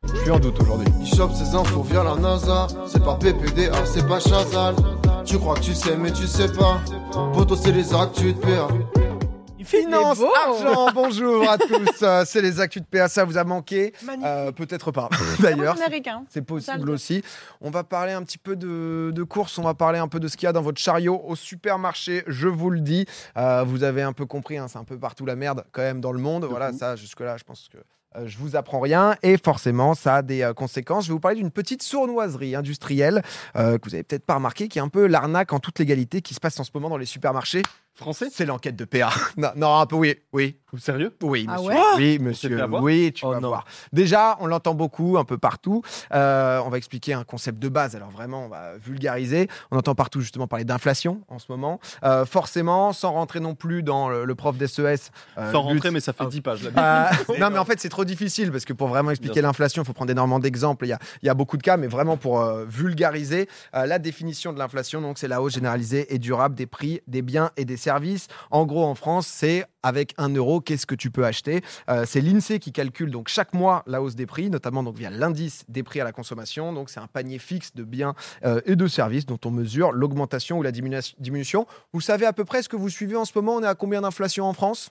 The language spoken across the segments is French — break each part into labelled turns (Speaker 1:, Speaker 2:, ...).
Speaker 1: plus un doute aujourd'hui.
Speaker 2: Il chope ses infos via la NASA. C'est pas PPDA, c'est pas Chazal. Tu crois que tu sais, mais tu sais pas. Poto, c'est les actus de PA.
Speaker 1: Finance,
Speaker 3: beau.
Speaker 1: argent, bonjour à tous. Euh, C'est les actus de PA, ça vous a manqué
Speaker 3: Magnifique.
Speaker 1: Euh, Peut-être pas, d'ailleurs. c'est-
Speaker 3: américain.
Speaker 1: C'est
Speaker 3: Ça,
Speaker 1: possible
Speaker 3: le-
Speaker 1: aussi. On va parler un petit peu de, de course, on va parler un peu de ce qu'il y a dans votre chariot au supermarché, je vous le dis. Euh, vous avez un peu compris, hein, c'est un peu partout la merde quand même dans le monde. Voilà, ça jusque-là, je pense que euh, je vous apprends rien. Et forcément, ça a des euh, conséquences. Je vais vous parler d'une petite sournoiserie industrielle euh, que vous avez peut-être pas remarqué, qui est un peu l'arnaque en toute légalité qui se passe en ce moment dans les supermarchés.
Speaker 4: Français
Speaker 1: C'est l'enquête de PA. non, non, un peu oui, oui.
Speaker 4: Sérieux
Speaker 1: Oui,
Speaker 3: Ah
Speaker 1: monsieur.
Speaker 3: ouais
Speaker 1: oui,
Speaker 4: s'est fait
Speaker 1: monsieur.
Speaker 4: avoir
Speaker 1: Oui, tu
Speaker 4: Oh
Speaker 1: vas
Speaker 4: non.
Speaker 1: voir. Déjà, on l'entend beaucoup, un peu partout. Euh, on va expliquer un concept de base. Alors vraiment, on va vulgariser. On entend partout justement parler d'inflation en ce moment. Euh, forcément, sans rentrer non plus dans le, le prof d'SES. euh,
Speaker 4: Sans
Speaker 1: le but-
Speaker 4: rentrer, mais ça fait 10 pages. là.
Speaker 1: Euh, non, mais en fait, c'est trop difficile parce que pour vraiment expliquer l'inflation, il faut prendre énormément d'exemples. Il y, a, il y a beaucoup de cas, mais vraiment pour euh, vulgariser euh, la définition de l'inflation, donc c'est la hausse généralisée et durable des prix des biens et des services. En gros, en France, c'est avec un euro, qu'est-ce que tu peux acheter Euh, C'est l'INSEE qui calcule donc chaque mois la hausse des prix, notamment donc via l'indice des prix à la consommation. Donc c'est un panier fixe de biens euh, et de services dont on mesure l'augmentation ou la diminu- diminution. Vous savez à peu près ce que vous suivez en ce moment On est à combien d'inflation en France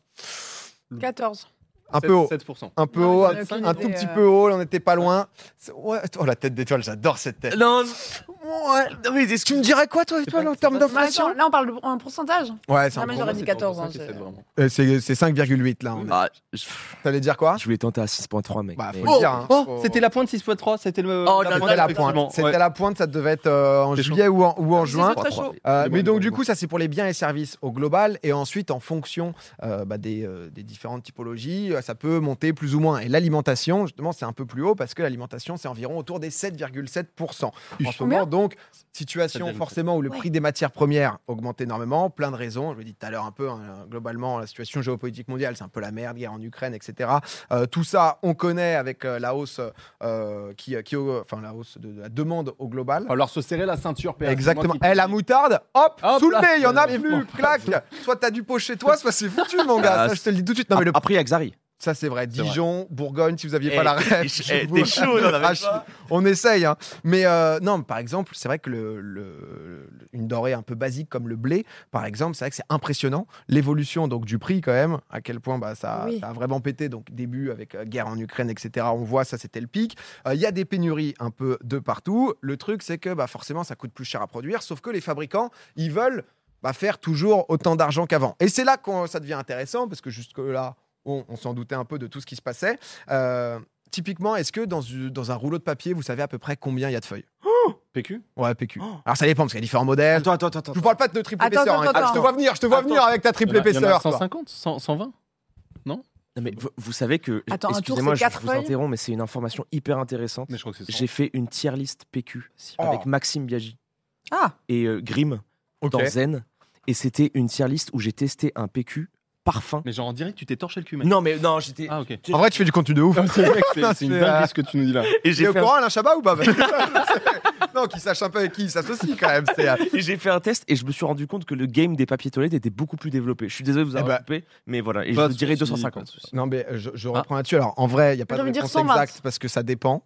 Speaker 3: 14.
Speaker 1: Un peu haut
Speaker 4: 7%.
Speaker 1: un peu
Speaker 3: Non,
Speaker 1: haut,
Speaker 3: mais
Speaker 1: un,
Speaker 3: j'en ai aucune
Speaker 1: un
Speaker 3: idée,
Speaker 1: tout petit
Speaker 3: euh.
Speaker 1: peu haut, on n'était pas loin. C'est- ouais, oh, la tête d'étoile, j'adore cette tête.
Speaker 4: Non,
Speaker 1: Ouais, non, mais est-ce que tu me dirais quoi, toi, étoile, en termes
Speaker 3: Mais attends, là, on parle de- en pourcentage.
Speaker 1: Ouais, c'est
Speaker 3: Ah,
Speaker 1: un
Speaker 3: mais
Speaker 1: gros-
Speaker 3: j'aurais dit 14. hein, c'est-
Speaker 1: Euh, c'est c'est 5,8 là. on est.
Speaker 5: Ah, je,
Speaker 1: T'allais dire quoi
Speaker 5: je voulais tenter à 6.3, mec.
Speaker 1: Bah,
Speaker 5: mais-
Speaker 1: faut le dire. hein. Faut-
Speaker 4: C'était la pointe 6.3, c'était le.
Speaker 5: Oh,
Speaker 1: c'était
Speaker 5: la
Speaker 1: la
Speaker 4: effectivement.
Speaker 1: pointe. C'était
Speaker 4: Ouais.
Speaker 1: la pointe, ça devait être euh, en
Speaker 4: C'est
Speaker 1: juillet ou en, ou en
Speaker 3: Les
Speaker 1: juin.
Speaker 3: autres, très chaud.
Speaker 1: Euh,
Speaker 4: Les
Speaker 1: mais
Speaker 4: moyens,
Speaker 1: donc
Speaker 4: les
Speaker 1: du
Speaker 4: moyens.
Speaker 1: coup, ça c'est pour les biens et services au global, et ensuite en fonction euh, bah, des, euh, des différentes typologies, euh, ça peut monter plus ou moins. Et l'alimentation, justement, c'est un peu plus haut parce que l'alimentation, c'est environ autour des 7,7%. En ce moment, donc, situation
Speaker 4: 7,7.
Speaker 1: forcément où le
Speaker 3: Ouais.
Speaker 1: prix des matières premières augmente énormément, plein de raisons. Je vous l'ai dit tout à l'heure un peu, hein, globalement, la situation géopolitique mondiale, c'est un peu la merde, guerre en Ukraine, etc. Euh, tout ça, on connaît avec euh, la hausse, euh, qui, qui, au- enfin la hausse de, de la demande au global.
Speaker 4: Alors se serrer la ceinture, PA.
Speaker 1: Exactement.
Speaker 4: C'est moi
Speaker 1: Eh, la moutarde, hop,
Speaker 4: Hop
Speaker 1: soulevé,
Speaker 4: là.
Speaker 1: il y en a
Speaker 4: Mais
Speaker 1: plus,
Speaker 4: bon.
Speaker 1: clac. Soit t'as du pot chez toi, soit c'est foutu, mon gars.
Speaker 5: Ah,
Speaker 1: Ça, je te le dis tout de suite. Non, mais le- Eh,
Speaker 5: Après, il y a Xari.
Speaker 1: Ça, c'est vrai. Dijon, Bourgogne, si vous aviez pas
Speaker 5: Eh,
Speaker 1: la
Speaker 5: t'es-
Speaker 1: rêve.
Speaker 5: eh, t'es chaud, on en avait pas.
Speaker 1: on essaye. hein. Mais euh, non, par exemple, c'est vrai que le, le- le- une denrée un peu basique comme le blé, par exemple, c'est vrai que c'est impressionnant. L'évolution donc du prix, quand même, à quel point bah, ça,
Speaker 3: Oui.
Speaker 1: ça a vraiment pété. Donc, début avec euh, guerre en Ukraine, etc. On voit, ça, c'était le pic. Euh, Il y a des pénuries un peu de partout. Le truc, c'est que bah, forcément, ça coûte plus cher à produire, sauf que les fabricants, ils veulent bah, faire toujours autant d'argent qu'avant. Et c'est là que ça devient intéressant, parce que jusque-là, on, on s'en doutait un peu de tout ce qui se passait. Euh, typiquement, est-ce que dans, u- dans un rouleau de papier, vous savez à peu près combien il y a de feuilles
Speaker 4: PQ
Speaker 1: Ouais, PQ. Alors ça dépend, parce qu'il y a différents modèles.
Speaker 5: Attends, attends, attends.
Speaker 1: Je vous parle pas de triple
Speaker 3: Attends,
Speaker 1: épaisseur. hein.
Speaker 3: attends,
Speaker 1: Je te
Speaker 3: attends.
Speaker 1: vois venir, je te vois
Speaker 4: Attends.
Speaker 1: venir avec ta triple
Speaker 4: Il y en a- il y en a
Speaker 1: épaisseur. toi.
Speaker 4: 150 100 120
Speaker 5: Non, mais vous, vous savez que.
Speaker 3: Attends, un tour,
Speaker 5: Excusez-moi,
Speaker 3: c'est
Speaker 5: je, je
Speaker 3: quatre
Speaker 5: vous
Speaker 3: feuilles
Speaker 5: interromps, mais c'est une information hyper intéressante.
Speaker 4: Mais je crois que c'est
Speaker 5: J'ai fait une tier list PQ si-
Speaker 1: Oh.
Speaker 5: avec Maxime Biaggi
Speaker 3: Ah,
Speaker 5: et euh, Grimm
Speaker 1: Ok.
Speaker 5: dans Zen. Et c'était une tier list où j'ai testé un PQ parfum.
Speaker 4: Mais genre en direct, tu t'es torché le cul, mec.
Speaker 5: Non, mais non, j'étais.
Speaker 4: Ah, ok.
Speaker 1: En vrai, tu fais du contenu de ouf.
Speaker 4: C'est vrai que c'est-
Speaker 1: Non,
Speaker 4: c'est une
Speaker 1: c'est,
Speaker 4: dinguerie
Speaker 1: euh,
Speaker 4: ce que tu nous dis là.
Speaker 5: Et
Speaker 1: Tu es
Speaker 5: j'ai
Speaker 1: au
Speaker 5: fait, un-
Speaker 1: courant, Alain Chabat ou pas Non, qu'il sache un peu avec qui il s'associe quand même. C'est, euh,
Speaker 5: et j'ai fait un test et je me suis rendu compte que le game des papiers toilettes était beaucoup plus développé. Je suis désolé de vous
Speaker 1: Eh
Speaker 5: avoir
Speaker 1: ben,
Speaker 5: coupé, mais voilà. Et je
Speaker 4: Pas
Speaker 5: vous
Speaker 4: de
Speaker 5: dirais
Speaker 4: soucis,
Speaker 5: 250.
Speaker 4: pas de soucis.
Speaker 1: Non, mais euh, je, je reprends là-dessus. Alors, en vrai, il n'y a pas de
Speaker 3: J'ai envie de dire
Speaker 1: réponse
Speaker 3: 120.
Speaker 1: exacte parce que ça dépend.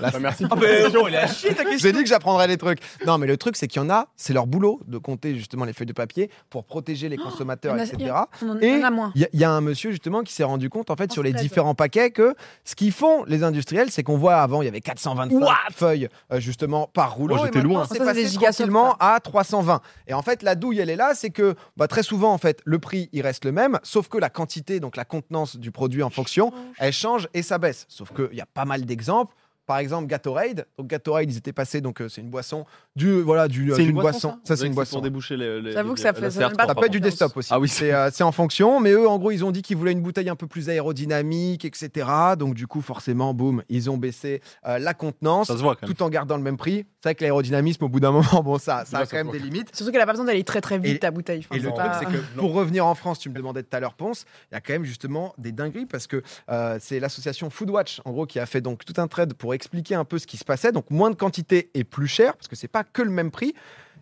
Speaker 1: Là,
Speaker 4: Bah, Merci.
Speaker 5: Ah, mais non, il a chié ta
Speaker 1: J'ai dit que j'apprendrais les trucs. Non, mais le truc, c'est qu'il y en a, c'est leur boulot de compter justement les feuilles de papier pour protéger les consommateurs,
Speaker 3: Oh, il y en a-
Speaker 1: etc.
Speaker 3: on en,
Speaker 1: Et-
Speaker 3: on en a moins.
Speaker 1: Il y, a- il y a un monsieur justement qui s'est rendu compte en fait
Speaker 3: Oh,
Speaker 1: sur les
Speaker 3: c'est vrai,
Speaker 1: différents paquets que ce qu'ils font les industriels, c'est qu'on voit avant il y avait 425 feuilles euh, justement par rouleau.
Speaker 4: Oh,
Speaker 1: et
Speaker 4: j'étais
Speaker 1: maintenant,
Speaker 4: loin.
Speaker 1: C'est
Speaker 3: Ça, c'est
Speaker 1: passé
Speaker 3: des gigasofts,
Speaker 1: tranquillement à 320. Et en fait la douille elle est là, c'est que bah, très souvent en fait le prix il reste le même, sauf que la quantité donc la contenance du produit en fonction elle change et ça baisse. Sauf qu'il y a pas mal d'exemples. Par exemple, Gatorade. Donc, Gatorade, ils étaient passés. Donc, euh, c'est une boisson. Du, voilà, du, euh, d'une boisson. Ça, c'est une boisson.
Speaker 4: Pour déboucher les. les-
Speaker 3: J'avoue
Speaker 4: les-
Speaker 3: que ça
Speaker 4: la
Speaker 3: fait- ça
Speaker 4: serre,
Speaker 3: donne pas
Speaker 1: Ça
Speaker 3: Par
Speaker 1: peut être
Speaker 4: pardon.
Speaker 1: du
Speaker 3: confiance.
Speaker 1: desktop aussi.
Speaker 4: Ah oui,
Speaker 1: c'est euh, c'est en fonction. Mais eux, en gros, ils ont dit qu'ils voulaient une bouteille un peu plus aérodynamique, etc. Donc, du coup, forcément, boum, ils ont baissé euh, la contenance
Speaker 4: Ça se voit quand même.
Speaker 1: tout en gardant le même prix. C'est vrai que l'aérodynamisme, au bout d'un moment, bon, ça, ça
Speaker 4: Là,
Speaker 1: a
Speaker 4: ça
Speaker 1: quand même
Speaker 4: se
Speaker 1: des
Speaker 4: voit.
Speaker 1: limites.
Speaker 3: Surtout qu'elle a pas besoin d'aller très très vite,
Speaker 1: Et-
Speaker 3: ta bouteille. Enfin,
Speaker 1: Et le
Speaker 3: c'est
Speaker 1: truc,
Speaker 3: pas-
Speaker 1: c'est
Speaker 5: Ah.
Speaker 1: que pour revenir en France, tu me demandais tout à l'heure, Ponce, il y a quand même justement des dingueries parce que euh, c'est l'association Foodwatch, en gros, qui a fait donc tout un trade pour expliquer un peu ce qui se passait. Donc moins de quantité et plus cher, parce que c'est pas que le même prix.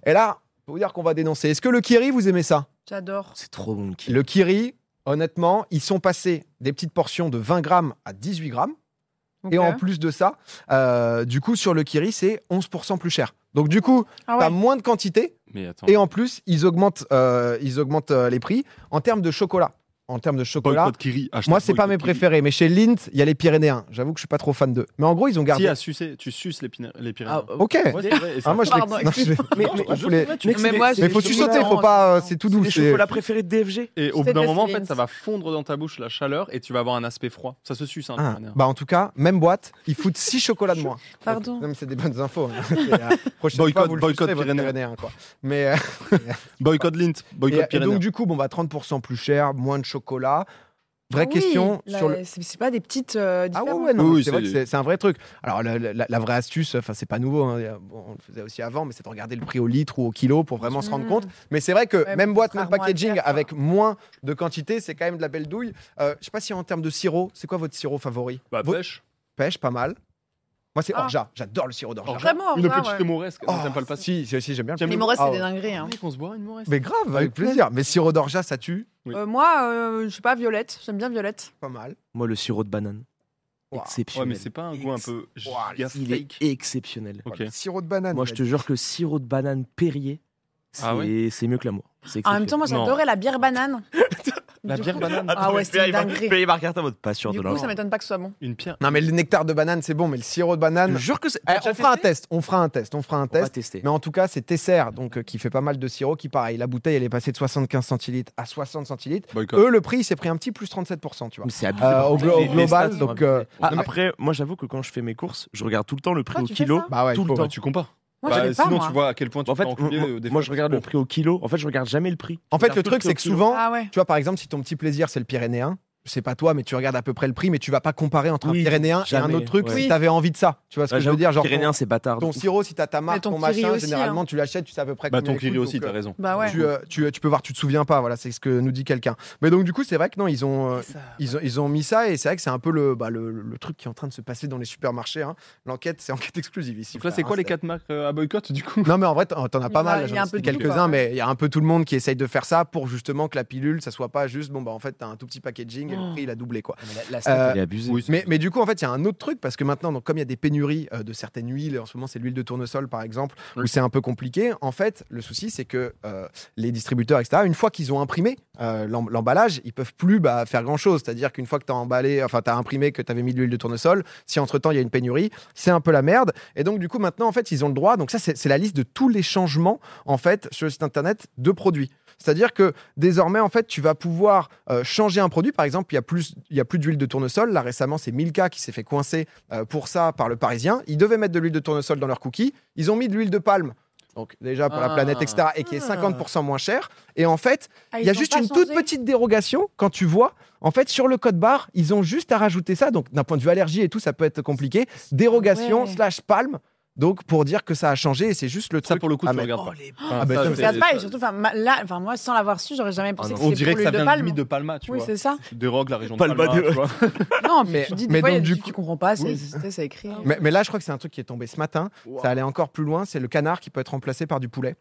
Speaker 1: Et là, faut vous dire qu'on va dénoncer. Est-ce que le Kiri, vous aimez ça
Speaker 3: J'adore.
Speaker 5: C'est trop bon, le kiff.
Speaker 1: Le Kiri, honnêtement, ils sont passés des petites portions de 20 grammes à 18 grammes. Et
Speaker 3: Ok.
Speaker 1: en plus de ça, euh, du coup, sur le Kiri, c'est 11% plus cher. Donc, du coup,
Speaker 3: Ah
Speaker 1: t'as
Speaker 3: ouais.
Speaker 1: moins de quantité.
Speaker 4: Mais attends.
Speaker 1: Et en plus, ils augmentent, euh, ils augmentent euh, les prix en termes de chocolat. En termes de chocolat,
Speaker 4: Boycott Kiri. hashtag
Speaker 1: moi, c'est pas
Speaker 4: boycott
Speaker 1: mes
Speaker 4: Kiri.
Speaker 1: préférés. Mais chez Lint, il y a les Pyrénéens. J'avoue que je suis pas trop fan d'eux. Mais en gros, ils ont
Speaker 4: Si,
Speaker 1: gardé.
Speaker 4: à sucer, tu suces les, pina- les Pyrénées.
Speaker 5: Ah,
Speaker 1: Ok.
Speaker 4: Ouais, c'est vrai, et
Speaker 1: Ah, moi, je les-
Speaker 3: Pardon,
Speaker 1: non, je les-
Speaker 5: Mais,
Speaker 1: je
Speaker 5: mais-
Speaker 1: trouve les-
Speaker 4: c'est-
Speaker 5: mec, c'est
Speaker 3: Mais
Speaker 5: des-
Speaker 3: moi,
Speaker 5: c'est
Speaker 1: mais
Speaker 5: des
Speaker 1: faut que tu
Speaker 5: chocolats
Speaker 1: sautes, faut
Speaker 5: orange.
Speaker 1: pas. euh, c'est tout doux.
Speaker 5: Les
Speaker 1: c'est-
Speaker 5: chocolats préférés de DFG
Speaker 4: Et
Speaker 3: Je
Speaker 4: au bout d'un
Speaker 3: déteste
Speaker 4: moment, en
Speaker 3: les
Speaker 4: fait,
Speaker 3: Lint.
Speaker 4: ça va fondre dans ta bouche la chaleur et tu vas avoir un aspect froid. Ça se suce, hein, de
Speaker 1: Ah,
Speaker 4: toute manière.
Speaker 1: bah en tout cas, même boîte, ils foutent 6 chocolats de moins.
Speaker 3: Pardon.
Speaker 1: Non mais c'est des bonnes infos. hein. C'est, euh, prochaine
Speaker 4: Boycott-
Speaker 1: fois, vous le
Speaker 4: boycott
Speaker 1: sucerez, votre
Speaker 4: Pyrénéen.
Speaker 1: Pyrénéen, quoi. Mais euh,
Speaker 4: Boycott Lint,
Speaker 1: et-
Speaker 4: boycott
Speaker 1: et
Speaker 4: Pyrénées.
Speaker 1: donc du coup, bon bah 30% plus cher, moins de chocolat. Vraie
Speaker 3: Ah oui,
Speaker 1: question
Speaker 3: la-
Speaker 1: sur le.
Speaker 3: C'est c'est pas des petites.
Speaker 1: Ah
Speaker 3: euh,
Speaker 1: ouais,
Speaker 3: différences.
Speaker 1: ouais, non,
Speaker 4: Oui,
Speaker 1: c'est vrai
Speaker 4: c'est-
Speaker 1: que c'est c'est un vrai truc. Alors la, la- la vraie astuce, enfin c'est pas nouveau, hein, il y a- bon, on le faisait aussi avant, mais c'est de regarder le prix au litre ou au kilo pour vraiment se rendre
Speaker 3: Mhm.
Speaker 1: compte. Mais c'est vrai que
Speaker 3: Ouais,
Speaker 1: même boîte, même
Speaker 3: contrairement à
Speaker 1: packaging,
Speaker 3: terre, quoi.
Speaker 1: avec moins de quantité, c'est quand même de la belle douille. Euh, Je sais pas si en termes de sirop, c'est quoi votre sirop favori
Speaker 4: Bah,
Speaker 1: Votre-
Speaker 4: pêche.
Speaker 1: pêche, pas mal. Moi, c'est
Speaker 3: Ah.
Speaker 1: Orja. J'adore le sirop d'Orja.
Speaker 4: Orgeat.
Speaker 3: Vraiment,
Speaker 4: Une
Speaker 3: Orgeat,
Speaker 4: petite
Speaker 3: ouais.
Speaker 4: moresque.
Speaker 1: Oh,
Speaker 4: T'aimes pas le passer
Speaker 1: Si, si, si, j'aime bien. le
Speaker 4: J'aime
Speaker 3: Les
Speaker 1: sirop.
Speaker 3: Moresques,
Speaker 1: Ah
Speaker 3: c'est
Speaker 1: ouais.
Speaker 3: des dingueries. hein.
Speaker 4: qu'on se boit une moresque.
Speaker 1: Mais grave, avec
Speaker 4: Avec
Speaker 1: plaisir. Mais sirop d'Orja, ça tue.
Speaker 4: Oui.
Speaker 3: Euh, moi, euh, je sais pas, violette. J'aime bien violette.
Speaker 1: Pas mal.
Speaker 5: Moi, le sirop de banane.
Speaker 1: Ouah.
Speaker 4: Ouais,
Speaker 5: Exceptionnel.
Speaker 4: mais c'est pas un goût un peu
Speaker 1: Ouah,
Speaker 4: giga
Speaker 5: Il est
Speaker 4: fake.
Speaker 5: exceptionnel.
Speaker 4: Ok.
Speaker 1: Le Sirop de banane.
Speaker 5: Moi,
Speaker 1: il
Speaker 5: je
Speaker 1: a
Speaker 5: te
Speaker 1: dit.
Speaker 5: jure que le sirop de banane Perrier, c'est
Speaker 4: Ah
Speaker 5: c'est mieux que l'amour. C'est
Speaker 3: Ah, En même temps, moi,
Speaker 4: Non.
Speaker 3: j'adorais la bière banane.
Speaker 4: La
Speaker 3: Du
Speaker 4: bière
Speaker 3: coup-
Speaker 4: banane.
Speaker 3: Ah ouais, c'est une dinguerie.
Speaker 5: Perrier Margarita, en mode pas sûr
Speaker 3: Du
Speaker 5: de
Speaker 3: coup, ça
Speaker 5: l'amour.
Speaker 3: m'étonne pas que ce soit bon.
Speaker 4: Une pierre.
Speaker 1: Non, mais le nectar de banane, c'est bon, mais le sirop de
Speaker 5: Je
Speaker 1: banane.
Speaker 5: te jure que c'est.
Speaker 1: Eh, on fera un test. On fera un test. On fera un
Speaker 5: On va
Speaker 1: test.
Speaker 5: tester.
Speaker 1: Mais en tout cas, c'est Tesser, donc euh, qui fait pas mal de sirop, qui pareil. La bouteille, elle est passée de 75 centilitres à 60 centilitres.
Speaker 4: Boycott.
Speaker 1: Eux, le prix, il s'est pris un petit plus 37%, tu vois.
Speaker 5: Mais C'est abusé.
Speaker 1: Euh, au,
Speaker 5: Les-
Speaker 1: glo- au
Speaker 5: les
Speaker 1: global,
Speaker 5: stats sont
Speaker 1: donc.
Speaker 5: abusés.
Speaker 1: euh,
Speaker 5: Ah,
Speaker 1: non, mais-
Speaker 5: après, moi, j'avoue que quand je fais mes courses, je regarde tout le temps le prix
Speaker 3: Ah,
Speaker 5: au
Speaker 3: tu fais
Speaker 5: kilo.
Speaker 3: ça
Speaker 1: bah ouais,
Speaker 5: tout
Speaker 1: il
Speaker 5: le
Speaker 1: faut-
Speaker 5: temps.
Speaker 4: Bah, tu compares.
Speaker 3: Moi,
Speaker 4: Bah,
Speaker 3: j'avais pas,
Speaker 4: sinon,
Speaker 3: moi.
Speaker 4: tu vois à quel point tu
Speaker 5: En
Speaker 4: te
Speaker 5: fait,
Speaker 4: fais enculer,
Speaker 5: moi,
Speaker 4: euh, des
Speaker 5: moi,
Speaker 4: fois,
Speaker 5: je regarde le prix au kilo. En fait, je regarde jamais le prix.
Speaker 1: En
Speaker 5: Je
Speaker 1: fait, le
Speaker 5: regarde
Speaker 1: truc,
Speaker 5: tout
Speaker 1: c'est que
Speaker 5: au kilo.
Speaker 1: souvent,
Speaker 3: Ah ouais.
Speaker 1: Tu vois, par exemple, si ton petit plaisir, c'est le Pyrénéen, c'est pas toi, mais tu regardes à peu près le prix, mais tu vas pas comparer entre un
Speaker 5: Oui,
Speaker 1: Pyrénéen et un
Speaker 5: jamais,
Speaker 1: autre truc
Speaker 5: ouais.
Speaker 1: si t'avais envie de ça. Tu vois ce
Speaker 5: Ouais,
Speaker 1: que je veux
Speaker 5: Ah, j'avoue,
Speaker 1: dire Genre,
Speaker 5: Pyrénéen, c'est bâtard.
Speaker 1: ton, ton sirop, si t'as ta marque,
Speaker 3: Mais ton
Speaker 1: ton
Speaker 3: Kiri
Speaker 1: machin,
Speaker 3: aussi,
Speaker 1: généralement, tu l'achètes, tu sais à peu près
Speaker 4: Bah,
Speaker 1: combien
Speaker 4: ton
Speaker 1: il
Speaker 4: Kiri
Speaker 1: coûte,
Speaker 4: aussi,
Speaker 1: donc,
Speaker 4: t'as
Speaker 1: euh,
Speaker 4: raison.
Speaker 3: Bah ouais.
Speaker 1: Tu, euh, tu, tu peux voir, tu te souviens pas, voilà, c'est ce que nous dit quelqu'un. Mais donc, du coup, c'est vrai que non, ils ont, euh, ils ont, ils ont mis ça et c'est vrai que c'est un peu le, bah, le, le truc qui est en train de se passer dans les supermarchés. hein. L'enquête, c'est enquête exclusive ici.
Speaker 4: Donc là, c'est quoi les
Speaker 1: frère, hein,
Speaker 4: quatre marques euh, à boycott du coup
Speaker 1: c'est- Non, mais en vrai, t'en t'en as
Speaker 3: Il
Speaker 1: pas
Speaker 3: y en a-
Speaker 1: mal.
Speaker 3: il y
Speaker 1: J'en
Speaker 3: a
Speaker 1: ai
Speaker 3: un peu
Speaker 1: cité
Speaker 3: de tout,
Speaker 1: quelques-uns,
Speaker 3: quoi.
Speaker 1: mais il y a un peu tout le monde qui essaye de faire ça pour justement que la pilule, ça soit pas juste, bon, bah en fait, t'as un tout petit packaging et le
Speaker 3: Oh.
Speaker 1: prix, il a doublé, quoi. stat,
Speaker 5: Il est abusé.
Speaker 4: Oui, c'est-
Speaker 1: Mais, mais du coup, en fait, il y a un autre truc parce que maintenant, donc, comme il y a des pénuries euh, de certaines huiles, en ce moment, c'est l'huile de tournesol par exemple, où
Speaker 4: Oui.
Speaker 1: c'est un peu compliqué. En fait, le souci, c'est que euh, les distributeurs, etc., une fois qu'ils ont imprimé euh, l'em- l'emballage, ils peuvent plus bah, faire grand chose. C'est-à-dire qu'une fois que tu as emballé, enfin, tu as imprimé que tu avais mis de l'huile de tournesol, si entre temps il y a une pénurie, c'est un peu la merde. Et donc, du coup, maintenant, en fait, ils ont le droit. Donc, ça, c'est c'est la liste de tous les changements, en fait, sur le site internet de produits. C'est-à-dire que désormais, en fait, tu vas pouvoir euh, changer un produit. Par exemple, il y a plus, il y a plus d'huile de tournesol. Là, récemment, c'est Milka qui s'est fait coincer euh, pour ça par le Parisien. Ils devaient mettre de l'huile de tournesol dans leurs cookies. Ils ont mis de l'huile de palme. Donc déjà pour la
Speaker 4: Ah.
Speaker 1: planète, etc. Et qui est 50% moins cher. Et en fait,
Speaker 3: Ah,
Speaker 1: il y a
Speaker 3: ils ont
Speaker 1: juste
Speaker 3: pas
Speaker 1: une
Speaker 3: changé
Speaker 1: toute petite dérogation quand tu vois. En fait, sur le code barre, ils ont juste à rajouter ça. Donc d'un point de vue allergie et tout, ça peut être compliqué. Dérogation
Speaker 3: Ouais.
Speaker 1: slash palme. Donc pour dire que ça a changé et c'est juste le
Speaker 4: Ça,
Speaker 1: truc
Speaker 4: pour le coup,
Speaker 1: à
Speaker 4: tu
Speaker 1: mettre.
Speaker 4: regardes pas. Enfin,
Speaker 1: Ah, bah,
Speaker 4: ça,
Speaker 1: ça, Ah
Speaker 3: Je
Speaker 1: c'est-
Speaker 3: regarde pas et
Speaker 4: ça-
Speaker 3: surtout, enfin, ma- là, enfin, moi, sans l'avoir su, j'aurais jamais pensé
Speaker 5: non.
Speaker 3: que
Speaker 4: On
Speaker 3: c'était
Speaker 4: dirait
Speaker 3: pour
Speaker 4: que
Speaker 3: l'huile
Speaker 4: ça
Speaker 3: de
Speaker 4: vient
Speaker 3: palme.
Speaker 4: limite de Palma, tu
Speaker 3: Oui,
Speaker 4: vois.
Speaker 3: c'est ça.
Speaker 4: Dérogue la région de
Speaker 5: Palma
Speaker 4: Palma.
Speaker 5: de-
Speaker 4: tu vois.
Speaker 3: Non, mais,
Speaker 1: Mais-
Speaker 3: tu dis,
Speaker 1: mais
Speaker 3: des fois, il y a
Speaker 1: donc,
Speaker 3: des
Speaker 1: du
Speaker 3: trucs que tu comprends pas, c'est
Speaker 4: Oui.
Speaker 3: c'est- c'est écrit.
Speaker 1: Mais, mais là, je crois que c'est un truc qui est tombé ce matin.
Speaker 4: Wow.
Speaker 1: Ça allait encore plus loin. C'est le canard qui peut être remplacé par du poulet.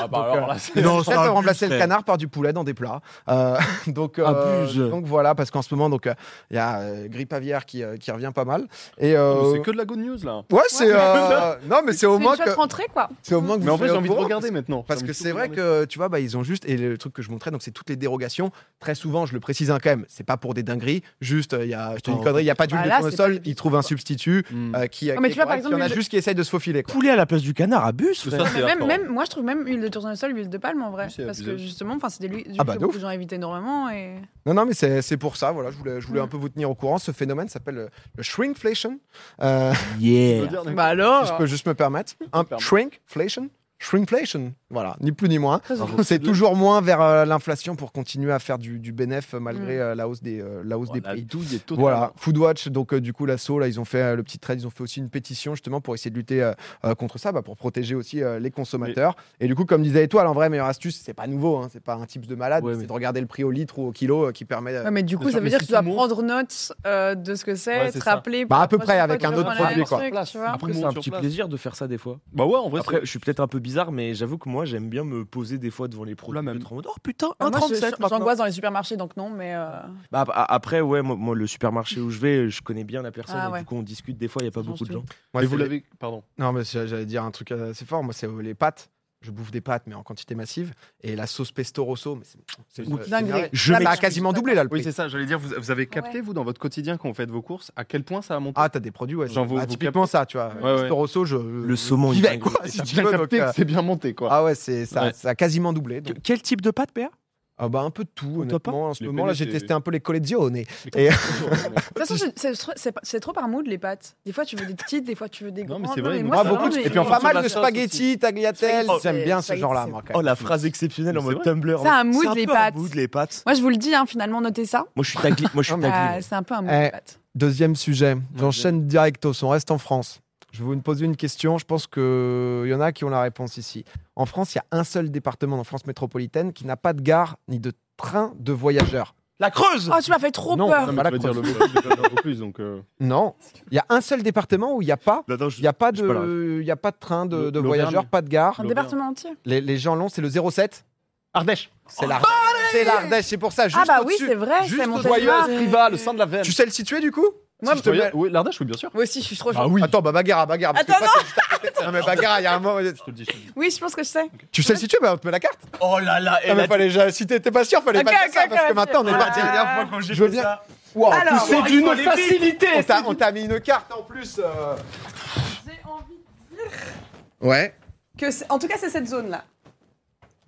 Speaker 4: Ah, bah,
Speaker 1: Donc,
Speaker 4: alors
Speaker 1: euh,
Speaker 4: là, c'est-
Speaker 5: Non,
Speaker 1: Ça peut remplacer le canard par du poulet dans des plats. Euh, donc, euh,
Speaker 5: Abuse.
Speaker 1: donc voilà, parce qu'en ce moment, donc, euh, il y a euh, grippe aviaire qui, euh, qui revient pas mal. Et euh,
Speaker 4: C'est que de la good news là.
Speaker 1: ouais, c'est
Speaker 3: Ouais.
Speaker 1: euh, non, mais c'est au
Speaker 3: C'est une
Speaker 1: moins que
Speaker 3: chouette rentrée, quoi.
Speaker 1: c'est au moins que
Speaker 4: Mais en
Speaker 1: vous
Speaker 4: fait,
Speaker 1: soyez
Speaker 4: j'ai
Speaker 1: au
Speaker 4: envie de
Speaker 1: courant,
Speaker 4: regarder maintenant.
Speaker 1: Parce
Speaker 4: J'ai
Speaker 1: que
Speaker 4: envie de
Speaker 1: c'est
Speaker 4: tout
Speaker 1: vrai
Speaker 4: regarder.
Speaker 1: que, tu vois, bah, ils ont juste, et le truc que je montrais, donc c'est toutes les dérogations. Très souvent, je le précise hein, quand même, c'est pas pour des dingueries, juste, euh, il y a, je te dis une
Speaker 5: Oh.
Speaker 1: connerie, il n'y a pas d'huile
Speaker 3: Ah,
Speaker 1: de
Speaker 3: là, c'est
Speaker 1: tournesol,
Speaker 3: pas du
Speaker 1: ils
Speaker 3: tout,
Speaker 1: trouvent un
Speaker 3: quoi.
Speaker 1: substitut
Speaker 4: Hmm.
Speaker 1: euh, qui,
Speaker 3: Non, mais
Speaker 1: qui
Speaker 3: tu
Speaker 1: est
Speaker 3: vois, par
Speaker 1: correct, il y en a
Speaker 3: exemple,
Speaker 1: juste qui essayent de se faufiler. quoi.
Speaker 5: Poulet à la place du canard, abuse.
Speaker 4: Ça,
Speaker 5: frère.
Speaker 4: c'est
Speaker 3: Même,
Speaker 4: hardcore.
Speaker 3: même, moi, je trouve même huile de tournesol, huile de palme, en vrai.
Speaker 4: Oui, c'est
Speaker 3: Parce que
Speaker 4: abusé.
Speaker 3: justement, enfin, c'est des huiles
Speaker 1: Ah bah,
Speaker 3: que
Speaker 1: de
Speaker 3: beaucoup de gens évitent énormément. Et...
Speaker 1: Non, non, mais c'est c'est pour ça, voilà, je voulais, je voulais un
Speaker 3: Mm.
Speaker 1: peu vous tenir au courant. Ce phénomène s'appelle le, le shrinkflation. Euh,
Speaker 4: Je veux
Speaker 5: Yeah.
Speaker 4: dire,
Speaker 3: Bah
Speaker 1: si je
Speaker 3: alors
Speaker 1: peux juste me permettre. Un
Speaker 4: permets.
Speaker 1: shrinkflation Shrinkflation, voilà, ni plus ni moins.
Speaker 3: Ça,
Speaker 4: Ah,
Speaker 3: c'est-
Speaker 1: C'est toujours moins vers euh, l'inflation pour continuer à faire du, du bénéf euh, malgré euh, la hausse des, euh, la hausse
Speaker 4: oh,
Speaker 1: des
Speaker 4: la
Speaker 1: prix.
Speaker 4: douille est totale.
Speaker 1: Voilà, Foodwatch, donc euh, du coup l'assaut, là ils ont fait euh, le petit trade, ils ont fait aussi une pétition justement pour essayer de lutter euh, euh, contre ça, bah, pour protéger aussi euh, les consommateurs. Et du coup, comme disait Étoile, en vrai, meilleure astuce, c'est pas nouveau, hein, c'est pas un tips de malade,
Speaker 5: Ouais,
Speaker 1: c'est
Speaker 5: mais-
Speaker 1: de regarder le prix au litre ou au kilo euh, qui permet. euh,
Speaker 3: Ouais, mais du coup,
Speaker 4: Mais
Speaker 3: ça
Speaker 4: ça-
Speaker 3: veut
Speaker 4: mais
Speaker 3: dire
Speaker 4: si
Speaker 3: que tu dois
Speaker 4: tout le monde-
Speaker 3: prendre note euh, de ce que c'est,
Speaker 4: Ouais,
Speaker 3: te
Speaker 4: c'est
Speaker 3: rappeler.
Speaker 1: Bah, à peu près,
Speaker 3: pour la
Speaker 1: avec
Speaker 3: prochaine
Speaker 1: un
Speaker 3: fois,
Speaker 1: autre
Speaker 3: tu vas
Speaker 1: produit,
Speaker 3: faire
Speaker 1: quoi.
Speaker 3: un truc, tu vois.
Speaker 5: Après,
Speaker 4: Tout le
Speaker 5: c'est
Speaker 4: monde
Speaker 5: un
Speaker 4: sur
Speaker 5: petit
Speaker 4: place.
Speaker 5: plaisir de faire ça des fois.
Speaker 4: Bah ouais, en vrai,
Speaker 5: Après,
Speaker 4: c'est-
Speaker 5: je suis peut-être un peu bizarre, mais j'avoue que moi, j'aime bien me poser des fois devant les produits.
Speaker 4: Là même.
Speaker 5: être en mode, oh putain,
Speaker 3: Bah, moi, je-
Speaker 5: 1,37
Speaker 3: je-
Speaker 5: maintenant.
Speaker 3: J'angoisse dans les supermarchés, donc non, mais. euh,
Speaker 5: Bah, ap- après, ouais, moi, moi, le supermarché où je vais, je connais bien la personne.
Speaker 3: Ah
Speaker 5: et
Speaker 3: ouais.
Speaker 5: Du coup, on discute des fois, il n'y a pas
Speaker 3: Sans
Speaker 5: beaucoup de
Speaker 3: tout.
Speaker 5: gens.
Speaker 1: Moi,
Speaker 4: Mais
Speaker 1: c'est
Speaker 4: vous
Speaker 1: les-
Speaker 4: l'avez. Pardon.
Speaker 1: Non, mais c'est- j'allais dire un truc assez fort. Moi, c'est euh, les pâtes. Je bouffe des pâtes, mais en quantité massive. Et la sauce pesto rosso, mais c'est- c'est
Speaker 4: Ou-
Speaker 1: c'est
Speaker 3: dinguerie.
Speaker 1: énervé.
Speaker 5: Je
Speaker 3: Là,
Speaker 1: Ça
Speaker 3: bah,
Speaker 1: a quasiment
Speaker 3: je-
Speaker 1: doublé là le
Speaker 4: Oui,
Speaker 1: prix.
Speaker 4: c'est ça. J'allais dire, vous, vous avez capté,
Speaker 3: Ouais.
Speaker 4: vous, dans votre quotidien, quand vous faites vos courses, à quel point ça a monté
Speaker 1: Ah, t'as des produits, ouais.
Speaker 4: Genre, vous-
Speaker 1: Ah,
Speaker 4: vous
Speaker 1: typiquement ça, tu vois.
Speaker 4: Ouais, ouais.
Speaker 1: Pesto rosso, je.
Speaker 5: Le saumon,
Speaker 1: j'y
Speaker 5: il
Speaker 1: vais,
Speaker 5: est
Speaker 1: quoi, si
Speaker 4: T'as
Speaker 1: tu
Speaker 4: bien
Speaker 1: veux,
Speaker 4: capté
Speaker 1: donc,
Speaker 4: que
Speaker 1: euh,
Speaker 4: c'est bien monté, quoi.
Speaker 1: Ah ouais, c'est ça,
Speaker 4: Ouais.
Speaker 1: ça a quasiment doublé. donc.
Speaker 5: Que- Quel type de pâte, PA
Speaker 1: Ah bah un peu de tout,
Speaker 5: Au top
Speaker 1: honnêtement. En ce
Speaker 4: Les
Speaker 1: moment, là, j'ai
Speaker 4: PNG.
Speaker 1: testé un peu les collezione.
Speaker 4: Mais
Speaker 1: et-
Speaker 4: comment-
Speaker 3: De toute façon, c'est- c'est trop- c'est pas- c'est trop par mood les pâtes. Des fois, tu veux des petites, des fois, tu veux des
Speaker 4: Non,
Speaker 3: grandes.
Speaker 4: mais c'est vrai, nous,
Speaker 3: moi,
Speaker 4: on a
Speaker 1: Ah,
Speaker 3: ça
Speaker 1: beaucoup
Speaker 3: va,
Speaker 1: de-
Speaker 3: mais-
Speaker 1: Et puis pas
Speaker 4: Surtout de
Speaker 1: mal
Speaker 4: la
Speaker 1: de
Speaker 4: sauce
Speaker 1: spaghetti, tagliatelle.
Speaker 3: Spaghetti,
Speaker 1: J'aime bien ce
Speaker 3: spaghetti,
Speaker 1: genre-là,
Speaker 3: c'est
Speaker 1: moi. quand
Speaker 5: Oh,
Speaker 1: même.
Speaker 5: la phrase exceptionnelle en
Speaker 4: C'est
Speaker 5: mode
Speaker 4: vrai.
Speaker 5: Tumblr.
Speaker 3: C'est un mood,
Speaker 5: C'est
Speaker 3: les
Speaker 5: peu un
Speaker 3: pâtes.
Speaker 5: mood, les pâtes.
Speaker 3: Moi, je vous le dis, hein, finalement, notez ça.
Speaker 5: Moi, je suis tagli. Moi, je suis
Speaker 1: Non, mais-
Speaker 5: tagli.
Speaker 3: Ah, c'est un peu un mood
Speaker 1: Eh.
Speaker 3: les pâtes.
Speaker 1: Deuxième sujet. J'enchaîne directos. On reste en France. Je vais vous poser une question. Je pense qu'il y en a qui ont la réponse ici. En France, il y a un seul département en France métropolitaine qui n'a pas de gare ni de train de voyageurs.
Speaker 5: La Creuse
Speaker 3: Oh, tu m'as fait trop
Speaker 1: Non,
Speaker 3: peur.
Speaker 4: Non,
Speaker 1: Pas
Speaker 4: mais
Speaker 1: la
Speaker 4: tu vas dire le
Speaker 1: cause.
Speaker 4: mot plus, donc. euh,
Speaker 1: Non. Il y a un seul département où il n'y a pas.
Speaker 5: Ah, Non, non, je-
Speaker 1: Il n'y a, pas
Speaker 5: j'ai pas la
Speaker 1: de, il y a pas de train de,
Speaker 4: Le-
Speaker 1: de
Speaker 4: l'Auvergne.
Speaker 1: voyageurs, pas de gare.
Speaker 3: Un
Speaker 4: L'Auvergne.
Speaker 3: département entier.
Speaker 1: Les, les gens l'ont, c'est le 07.
Speaker 4: Ardèche
Speaker 1: C'est l'Ardèche. C'est l'Ardèche, c'est pour ça. Juste
Speaker 3: Ah bah oui,
Speaker 1: au-dessus.
Speaker 3: c'est vrai,
Speaker 1: Juste
Speaker 3: c'est
Speaker 1: au-
Speaker 3: mon
Speaker 1: Joyeuse
Speaker 4: Riva, le sein de la veine.
Speaker 1: Tu sais le situer du coup
Speaker 3: Moi,
Speaker 4: Si je te regarde- Oui, l'Ardèche, oui, bien sûr.
Speaker 3: Moi aussi, je suis trop
Speaker 4: Ah
Speaker 3: chaude.
Speaker 4: oui.
Speaker 1: Attends, bah Bagara, Bagara. parce que
Speaker 3: Attends,
Speaker 1: toi, t'es juste à côté. Non, mais Bagara, il y a un moment.
Speaker 4: Je te le dis, je te le dis.
Speaker 3: Oui, je pense que je sais.
Speaker 1: Tu sais le situer, bah on te met la carte.
Speaker 5: Oh là là,
Speaker 1: Ah, mais fallait déjà- si t'étais pas sûr, fallait
Speaker 3: Ok,
Speaker 1: pas dire
Speaker 3: ok,
Speaker 1: ça,
Speaker 3: ok,
Speaker 1: parce que
Speaker 3: ok.
Speaker 1: maintenant on est
Speaker 3: Ah.
Speaker 1: parti.
Speaker 3: La dernière fois
Speaker 5: quand j'ai
Speaker 1: Je veux fait bien- Wow, en
Speaker 3: Alors,
Speaker 1: plus,
Speaker 5: C'est d'une facilité
Speaker 1: on t'a- on t'a mis une carte en plus. euh.
Speaker 3: J'ai envie
Speaker 1: Ouais.
Speaker 3: que. c'est- En tout cas, c'est cette zone-là.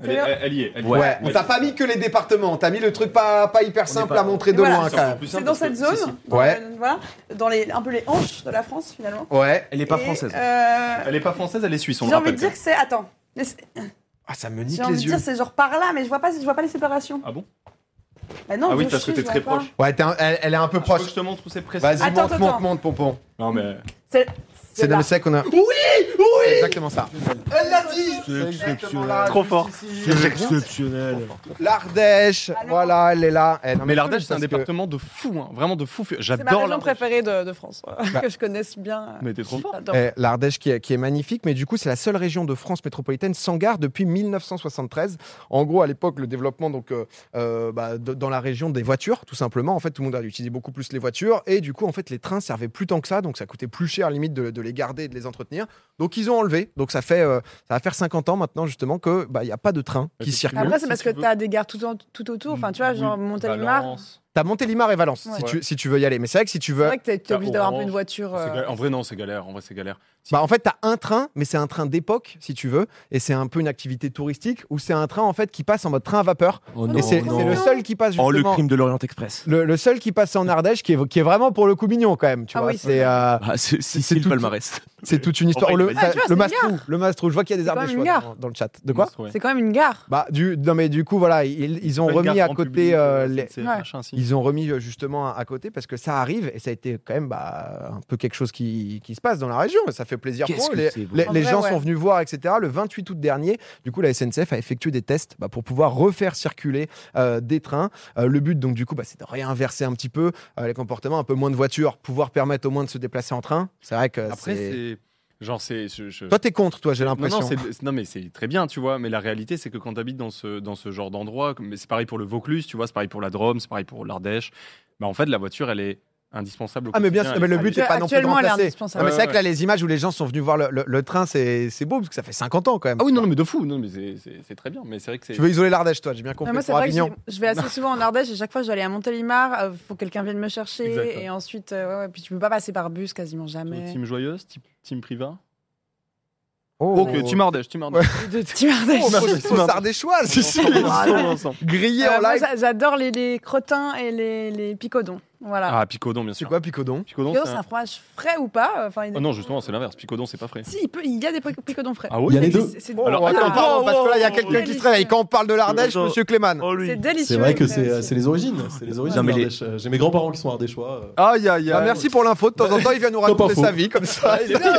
Speaker 4: Elle est- elle- elle y est. elle y est.
Speaker 1: Ouais,
Speaker 5: Ouais.
Speaker 1: on t'a pas mis que les départements, on t'a mis le truc pas, pas hyper simple
Speaker 4: pas-
Speaker 1: à montrer de
Speaker 3: Et voilà.
Speaker 1: loin quand même.
Speaker 4: plus
Speaker 3: C'est
Speaker 4: simple
Speaker 3: dans
Speaker 4: parce
Speaker 3: cette
Speaker 4: que-
Speaker 3: zone.
Speaker 4: si, si.
Speaker 3: dans
Speaker 1: Ouais.
Speaker 3: le- Voilà. Dans les, un peu les hanches de la France, finalement.
Speaker 1: Ouais.
Speaker 5: Elle est pas
Speaker 3: Et,
Speaker 5: française.
Speaker 3: euh,
Speaker 4: Elle est pas française, elle est suisse, on
Speaker 3: J'ai
Speaker 4: le
Speaker 3: envie
Speaker 4: rappelle.
Speaker 3: de dire que c'est. Attends. laisse-
Speaker 1: Ah, ça me
Speaker 3: J'ai
Speaker 1: nique
Speaker 3: envie de
Speaker 1: les yeux.
Speaker 3: dire c'est genre par là, mais je vois pas, je vois pas les séparations.
Speaker 4: Ah bon
Speaker 3: Bah non,
Speaker 4: Ah oui,
Speaker 3: je
Speaker 4: parce que
Speaker 3: sais,
Speaker 4: t'es
Speaker 3: je
Speaker 4: très
Speaker 3: vois pas.
Speaker 4: proche.
Speaker 1: Ouais, t'es un- elle, elle est
Speaker 3: Ah,
Speaker 1: un peu
Speaker 4: Ah, Je que
Speaker 1: proche.
Speaker 4: je te montre où c'est précis.
Speaker 1: Vas-y,
Speaker 3: Attends,
Speaker 1: monte,
Speaker 3: attends.
Speaker 1: monte, monte, pompon.
Speaker 4: Non, mais.
Speaker 3: C'est.
Speaker 1: C'est
Speaker 3: là.
Speaker 1: dans le sec qu'on a. Oui, oui. C'est exactement ça. Elle l'a dit.
Speaker 5: C'est exceptionnel.
Speaker 4: Trop fort.
Speaker 5: exceptionnel.
Speaker 1: L'Ardèche,
Speaker 3: Alors
Speaker 1: voilà, elle est là. Eh, non,
Speaker 4: Mais l'Ardèche, c'est un
Speaker 1: parce que-
Speaker 4: département de fou, hein, vraiment de fou. furieux.
Speaker 3: C'est ma
Speaker 4: J'adore
Speaker 3: région
Speaker 4: l'Ardèche.
Speaker 3: préférée de, de France,
Speaker 1: Bah.
Speaker 3: que je connaisse bien.
Speaker 4: Mais t'es trop fort.
Speaker 3: J'adore.
Speaker 1: Eh, L'Ardèche qui, est- qui est magnifique, mais du coup, c'est la seule région de France métropolitaine sans gare depuis 1973. En gros, à l'époque, le développement donc euh, euh, bah, de- dans la région des voitures, tout simplement. En fait, tout le monde a utilisé beaucoup plus les voitures, et du coup, en fait, les trains servaient plus tant que ça, donc ça coûtait plus cher limite de, de les garder et de les entretenir. Donc ils ont enlevé. Donc ça fait euh, ça va faire 50 ans maintenant justement que bah il y a pas de train qui
Speaker 4: Effectivement.
Speaker 1: circule.
Speaker 3: Après, c'est
Speaker 4: Si
Speaker 3: parce
Speaker 4: tu
Speaker 3: que
Speaker 4: veux.
Speaker 3: t'as des gares tout, en- tout autour. Enfin, tu vois, genre Montélimar.
Speaker 4: Mm. Valence.
Speaker 1: T'as Montélimar et Valence si,
Speaker 3: Ouais.
Speaker 1: tu, si tu veux y aller. Mais c'est vrai que si tu veux
Speaker 3: C'est vrai que t'es- t'es
Speaker 4: T'as
Speaker 3: obligé d'avoir un peu
Speaker 4: Orange.
Speaker 3: une voiture.
Speaker 4: C'est
Speaker 3: euh,
Speaker 4: galère. En vrai, non, c'est galère. En vrai, c'est galère.
Speaker 1: Bah, en fait, tu as un train, mais c'est un train d'époque, si tu veux, et c'est un peu une activité touristique, ou c'est un train en fait qui passe en mode train à vapeur.
Speaker 5: Oh
Speaker 1: et
Speaker 5: non,
Speaker 1: c'est
Speaker 5: non.
Speaker 1: c'est le seul qui passe justement.
Speaker 5: Oh, le crime de l'Orient Express.
Speaker 1: le- le seul qui passe en Ardèche, qui est, qui est vraiment pour le coup mignon quand même, tu
Speaker 3: Ah
Speaker 1: vois.
Speaker 3: oui, c'est
Speaker 1: c'est euh,
Speaker 5: Ah, c'est c'est-
Speaker 1: C'est
Speaker 5: c'est le
Speaker 1: tout-
Speaker 5: palmarès.
Speaker 1: c'est toute une histoire.
Speaker 4: En
Speaker 1: Oh,
Speaker 4: vrai,
Speaker 1: le
Speaker 4: il
Speaker 1: ça-
Speaker 3: Ah, tu vois,
Speaker 1: le
Speaker 3: c'est
Speaker 1: Mastrou, le Mastrou, je vois qu'il y a des
Speaker 3: C'est quand
Speaker 1: Ardèches
Speaker 3: même une
Speaker 1: ouais,
Speaker 3: gare.
Speaker 1: dans, dans le chat. De quoi
Speaker 4: Monstre, ouais.
Speaker 3: C'est quand même une gare.
Speaker 1: Bah du non mais du coup voilà, ils, ils ont
Speaker 4: Pas une
Speaker 1: remis à
Speaker 4: gare en public,
Speaker 1: côté euh,
Speaker 4: euh,
Speaker 1: les,
Speaker 4: c'est
Speaker 3: Ouais.
Speaker 4: machin, si.
Speaker 1: Ils ont remis euh, justement à- à côté parce que ça arrive et ça a été quand même bah, un peu quelque chose qui, qui se passe dans la région. et Ça fait plaisir
Speaker 5: Qu'est-ce
Speaker 1: pour eux.
Speaker 5: que
Speaker 1: Les,
Speaker 5: c'est beau.
Speaker 1: les-
Speaker 3: En
Speaker 1: les
Speaker 3: vrai,
Speaker 1: gens
Speaker 3: ouais.
Speaker 1: sont venus voir, etc. Le 28 août dernier, du coup, la SNCF a effectué des tests bah, pour pouvoir refaire circuler euh, des trains. Euh, le but, donc, du coup, bah, c'est de réinverser un petit peu euh, les comportements, un peu moins de voitures, pouvoir permettre au moins de se déplacer en train. C'est vrai que
Speaker 4: Après,
Speaker 1: bah, c'est-
Speaker 4: c'est. Genre, c'est. je- je-
Speaker 1: Toi, t'es contre, toi, j'ai
Speaker 4: Non,
Speaker 1: l'impression.
Speaker 4: non, c'est- non, mais c'est très bien, tu vois. Mais la réalité, c'est que quand tu habites dans ce, dans ce genre d'endroit, comme- mais c'est pareil pour le Vaucluse, tu vois, c'est pareil pour la Drôme, c'est pareil pour l'Ardèche. Bah, en fait, la voiture, elle est indispensable. au
Speaker 1: Ah mais bien sûr,
Speaker 4: quotidien,
Speaker 1: mais
Speaker 4: elle
Speaker 1: le
Speaker 4: est
Speaker 1: but
Speaker 4: fabuleuse.
Speaker 1: n'est pas non plus de
Speaker 3: Actuellement, elle est
Speaker 1: remplacer. Non, Ah,
Speaker 3: indispensable.
Speaker 1: mais c'est vrai
Speaker 4: Ouais,
Speaker 1: que là, les images où les gens sont venus voir le, le- le train, c'est c'est beau parce que ça fait 50 ans quand même.
Speaker 4: Ah oui, non, non, mais de fou, non, mais c'est- c'est c'est très bien. Mais c'est vrai que c'est.
Speaker 1: Tu veux isoler l'Ardèche, toi, j'ai bien
Speaker 3: Non,
Speaker 1: compris.
Speaker 3: Ah, moi, c'est
Speaker 1: pour
Speaker 3: vrai que
Speaker 1: Avignon.
Speaker 3: j'y- je vais assez souvent en Ardèche et chaque fois, je dois aller à Montélimar. euh, faut que quelqu'un vienne me chercher.
Speaker 4: Exact, ouais.
Speaker 3: Et ensuite, euh, ouais, ouais, puis tu peux pas passer par bus quasiment
Speaker 4: Team
Speaker 3: jamais.
Speaker 4: team joyeuse, team, team priva.
Speaker 1: Oh,
Speaker 4: Ok, team Ardèche, team Ardèche.
Speaker 3: Team Ardèche.
Speaker 1: Oh,
Speaker 4: Merci. Oh,
Speaker 1: Fausse- fausse Ardéchoise,
Speaker 4: On est
Speaker 1: ici.
Speaker 4: ensemble, on est ensemble.
Speaker 1: Grillé
Speaker 3: Euh,
Speaker 1: en
Speaker 3: moi,
Speaker 1: live.
Speaker 3: j'a- J'adore les, les crottins et les, les picodons. Voilà.
Speaker 4: Ah, Picodon, bien
Speaker 1: C'est
Speaker 4: sûr.
Speaker 1: quoi Picodon
Speaker 4: Picodon,
Speaker 3: Picodon,
Speaker 4: c'est
Speaker 3: c'est
Speaker 4: un-
Speaker 3: un fromage frais ou pas euh, enfin, il-
Speaker 4: Oh non, justement, c'est l'inverse. Picodon, c'est pas frais.
Speaker 3: Si, il, peut, il y a des pic- picodons frais.
Speaker 4: Ah oui
Speaker 5: Il y a les
Speaker 3: C'est-
Speaker 5: deux.
Speaker 3: c'est- c'est-
Speaker 1: Oh,
Speaker 4: Alors,
Speaker 1: attends,
Speaker 3: Ah,
Speaker 1: pardon, parce que là, il y a
Speaker 3: oh,
Speaker 1: quelqu'un qui
Speaker 3: délicieux.
Speaker 1: se réveille. Quand on parle de l'Ardèche,
Speaker 5: Attends.
Speaker 1: monsieur Cléman.
Speaker 5: Oh lui.
Speaker 3: C'est délicieux.
Speaker 6: C'est vrai que
Speaker 3: mais
Speaker 6: c'est euh, c'est les origines.
Speaker 4: Ah,
Speaker 6: C'est les origines.
Speaker 5: Non, mais les-
Speaker 6: d'Ardèche. Euh, J'ai mes grands-parents qui sont ardéchois. euh.
Speaker 1: Aïe, aïe, aïe. Bah, Merci pour l'info. De temps en temps, il vient nous
Speaker 6: pas
Speaker 1: raconter
Speaker 6: faux.
Speaker 1: sa vie comme ça. Il est là.